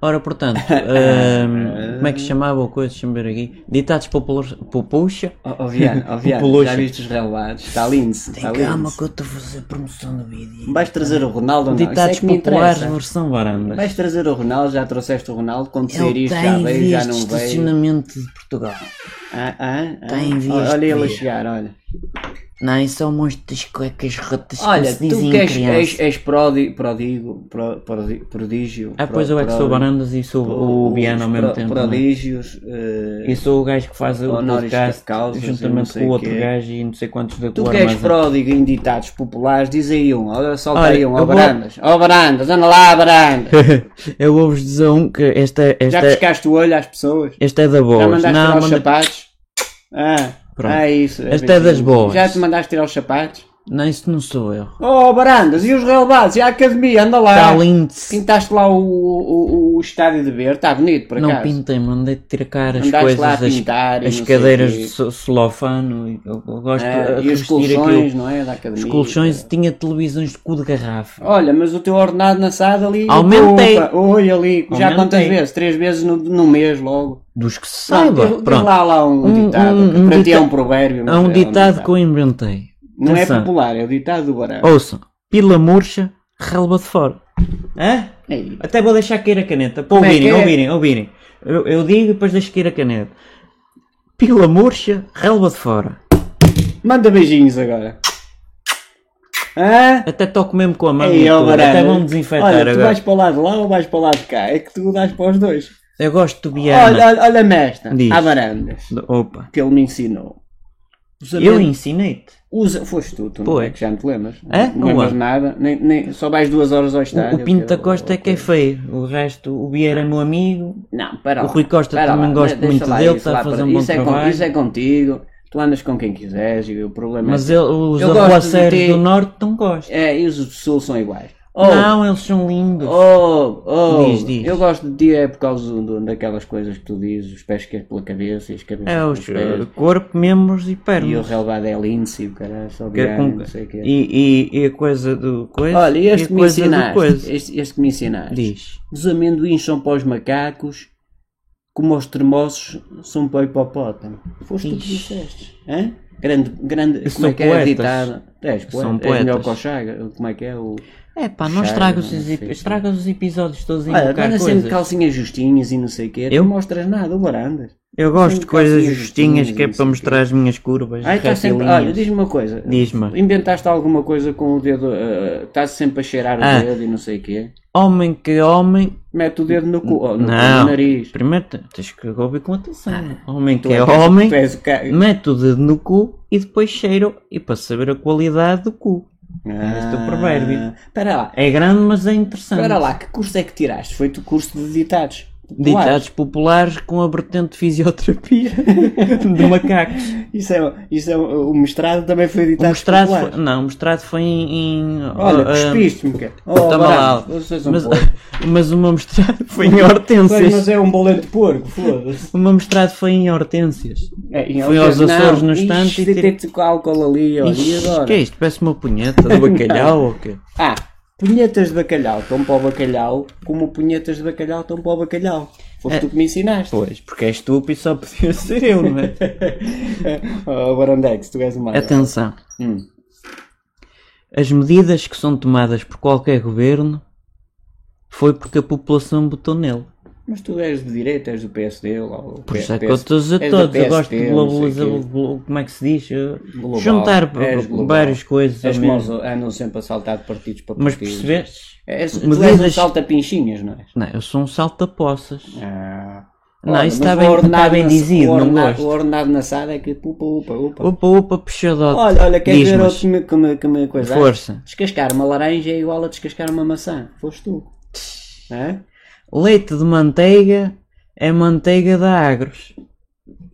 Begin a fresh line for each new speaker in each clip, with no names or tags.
Ora, portanto,
Eh.
ahm, como é que se chamava o coisa? Deixa-me ver aqui. Ditados populares. Popuxa.
Ó oh, Viano, ó Viano,
Popoluxa.
já viste os relatos? Está lindo, está lindo.
eu estou a fazer promoção do vídeo.
Vais trazer o Ronaldo ou não? Isso é
Ditados
que me
populares
interessa.
versão varanda.
Vais trazer o Ronaldo, já trouxeste o Ronaldo, quando
Ele
sair
tem
isto já veio, já
vias de
não veio.
estacionamento de Portugal.
Ah, ah, ah.
Tem vias
Olha
de
ele a
via.
chegar, olha.
Não, isso é o monstro das cuecas rotas
Olha,
que se dizem
tu
em
que és,
criança.
és, és prodi- prodigo, pro- prodi- prodígio.
Ah, pois eu
pro-
é que sou o
prodi-
Barandas e sou o Biano ao
os
mesmo
pro-
tempo. não é?
Prodígios. eh,
E sou o gajo que faz o
Honoris
podcast
causas, eu não
juntamente
sei
com o
o
outro
quê.
gajo e não sei quantos da
Tu
cor,
que és
mas-
pródigo em ditados populares, diz aí um, olha, solta
Olha,
aí um, ó
eu vou-
Barandas, ó Barandas, anda lá Barandas.
Eu vou-vos dizer um que esta,
Já
esta,
piscaste o olho às pessoas?
esta é da
Já
boa.
mandaste tirar
Não,
os
manda-
sapatos? Ah,
Pronto.
ah, isso.
Esta é das
bem.
boas.
Já te mandaste tirar os sapatos?
não, isso não sou eu.
Oh Barandas, e os relevados, e a academia, anda lá.
Está lindo.
Pintaste lá o, o, o estádio de ver, está bonito por
Não
acaso.
pintei, mandei tracar as
Andaste lá a
coisas, as,
pintar e
as
não sei
cadeiras
o quê.
de so- celofano. e Eu, eu gosto
Ah,
de
e os
revestir
colchões,
aquilo.
não é? Da academia.
Os colchões tinha televisões de cu de garrafa.
Olha, mas o teu ordenado na SAD ali.
Aumentei.
opa, Oi, ali. Já
Aumentei.
quantas vezes? Três vezes no, no mês logo.
Dos que se
Não,
saiba.
diz- diz
Pronto.
lá, lá um,
Um-
ditado.
um-
que
um
para ti é
dita-
um provérbio. mas
Há
é
um ditado que eu inventei.
Não é
Atenção.
popular, é o ditado do Barão.
Ouçam, pila murcha, relva de fora. Hã?
Ei,
Até vou deixar cair a caneta. Para
Como é
ouvirem,
que é?
ouvirem, ouvirem. Eu, eu digo e depois deixo cair a caneta. Pila murcha, relva de fora.
Manda beijinhos agora. Hã?
Até toco mesmo com a mão. e
Ei, ó,
tudo.
Barão.
Até vão desinfetar
Olha, tu
agora.
vais para o lado de lá ou vais para o lado de cá? É que tu dás para os dois.
Eu gosto do Biana.
Olha, olha, olha mestre.
Diz.
Há barandas.
Do- Opa.
Que ele me ensinou. Usa
Eu ensinei-te.
Usa, foste tu, tu não
Pois.
é que já não te lembras.
É?
Não lembras
Ué.
nada, nem, nem, só vais duas horas ao
O,
estádio.
o Pinto da
que-
Costa é que é
ok.
feio. O resto, o Vieira é meu amigo.
Não, para
O
lá,
Rui Costa
para
também
lá,
gosto
deixa
muito
lá
dele,
isso
está a
lá
fazer
para-
um bom
isso é con-
trabalho.
Isso é contigo, tu andas com quem quiseres e o problema
Mas
é...
ele, os
Eu gosto de
arruaceiros
ti.
do Norte não gostam.
É, e os do Sul são iguais. Oh,
Não, eles são lindos.
oh, oh,
Diz, diz.
eu gosto de ti é por causa do- daquelas coisas que tu dizes, os pés que é pela cabeça e as cabeças
É os
pelos
eh,
pés.
corpo, membros e
E o
pernas.
relevado é lince e o caralho, só
Que é
viagem,
com-
não sei o quê.
E, e, e a coisa do coisa.
Olha,
e
este
a
que me
coisa do
ensinaste,
coisa.
este, este que me ensinaste.
Diz.
Os amendoins são para os macacos, como os termoços são para o hipopótamo. Foste tu que
Ixi.
disseste. Hã? Grande, grande, como
são
é que é
poetas.
ditado? És poeta,
São
és
poetas.
melhor que o Chaga, como é que é o...
É pá, não
Puxar,
estraga os,
não sei
epi-
o quê.
estraga os episódios todos em
Olha, assim
colocar
anda sempre
coisas.
calcinhas justinhas e não sei o quê,
Eu?
não mostras nada, o Barandas.
Eu gosto de
sempre
coisas
calcinhas
justinhas
justinhas
que é
e não
para
sei o
mostrar as minhas curvas.
Ai, tá sempre... Olha,
retilíneas.
diz-me uma coisa,
Diz-me.
inventaste alguma coisa com o dedo, eh, estás sempre a cheirar o
Ah.
dedo e não sei o quê,
Homem que é homem.
mete o dedo no, cu, oh, no, cu,
Não.
no nariz.
Primeiro te- tens que ouvir com atenção. Homem
Ah, Tu
que é
és-
homem,
tu és o ca-
mete o dedo no cu e depois cheiro. E para saber a qualidade do cu.
Ah,
Este é o provérbio.
Espera lá,
É grande, mas é interessante.
Espera lá, que curso é que tiraste? Foi o curso de ditados. populares.
Ditados populares com a vertente de fisioterapia de macacos.
Isso é, isso é o, o mestrado também foi
O
ditados
mestrado foi,
populares.
não, o mestrado foi em. em
Olha,
ah,
cuspiste-me, cara. Oh,
toma
Barão,
lá.
vocês são
mas,
porcos.
mas o meu mestrado foi em
Pois, mas
hortênsias.
é um boleto de porco, foda-se.
O meu mestrado foi em hortênsias.
É, e
Fui
eles
aos
dizem,
Açores
não,
no
isto
estante e
tem-
tirei-
tem-te com álcool ali, olha, e
Ixi,
agora?
que é isto? Parece uma punheta de bacalhau ou quê?
Ah, punhetas de bacalhau estão para o bacalhau, como punhetas de bacalhau estão para o bacalhau. Foste
É.
tu que me ensinaste.
Pois, porque é estúpido e só podia ser eu, não é?
oh, Barandex, tu és o maior.
Atenção.
Hum.
As medidas que são tomadas por qualquer governo foi porque a população botou nele.
Mas tu és de direita, és do PSD, lá, o
Por isso
PS-
é que eu estou a dizer
és
todos.
do
Eu gosto de
PSP, não sei o
globalizar,
quê.
glo- como é que se diz? Eu-
Global.
Juntar
És global.
várias coisas ao
És como os
mesmo.
andam sempre a saltar de partidos para
Mas
partidos.
percebeste?
És, tu
Medidas-
és um salta-pinchinhas, não és?
Não, eu sou um salta-poças.
Ah.
Não,
Olha,
isso
mas
está
o
bem- está
ordenado
bem
na-
dizido,
o
não
ordenado-
gosto.
O ordenado na sala é que upa, upa, upa.
Opa, opa, puxadote.
Olha, olha, queres ver
Diz-mas.
outro que me, que me, que me coisa?
Força.
Descascar uma laranja é igual a descascar uma maçã. Foste tu. Hã?
Leite de manteiga é manteiga da Agros.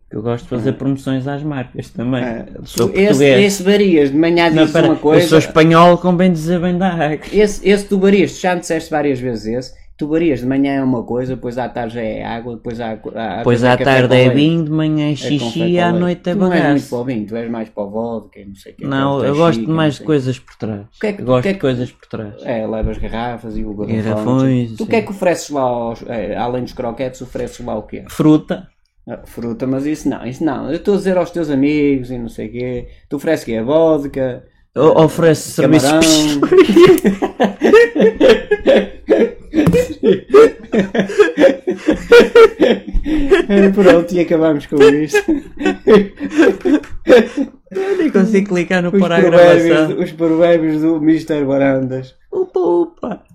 Eu gosto de fazer promoções às marcas também. sou
Tu- É. esse,
português.
esse varias, de manhã
Não,
dizes
pera,
uma
eu sou
coisa.
espanhol, convém dizer bem da Agros.
Esse, esse tu varias, já me disseste várias vezes esse. Tubarias de manhã é uma coisa, depois à tarde já é água, depois à, à,
Pois à tarde é vinho, de manhã é xixi e à noite é
Tu não és muito
bagaço.
para o vinho, tu és mais para o vodka, não sei é, o quê.
Não,
aquele
eu
teu
gosto
chique,
mais de
não sei o
coisas por trás.
que é que-
Eu gosto
que é
de
que-
coisas por trás.
quê. É, levas garrafas e o garrafão.
Garrafões,
não sei o quê. Tu o
sim.
que é que ofereces lá, aos- eh, além dos croquetes, ofereces lá o quê?
Fruta.
Ah, Fruta, mas isso não, isso não. Eu estou a dizer aos teus amigos e não sei o quê. Tu ofereces quê? Vodka,
O- Oferece serviço.
camarão... Eh, Pronto, e acabamos com isto.
Eu nem consigo clicar no
Os
parar a
provérbios,
gravação.
os provérbios do Mr. Barandas.
Opa, opa.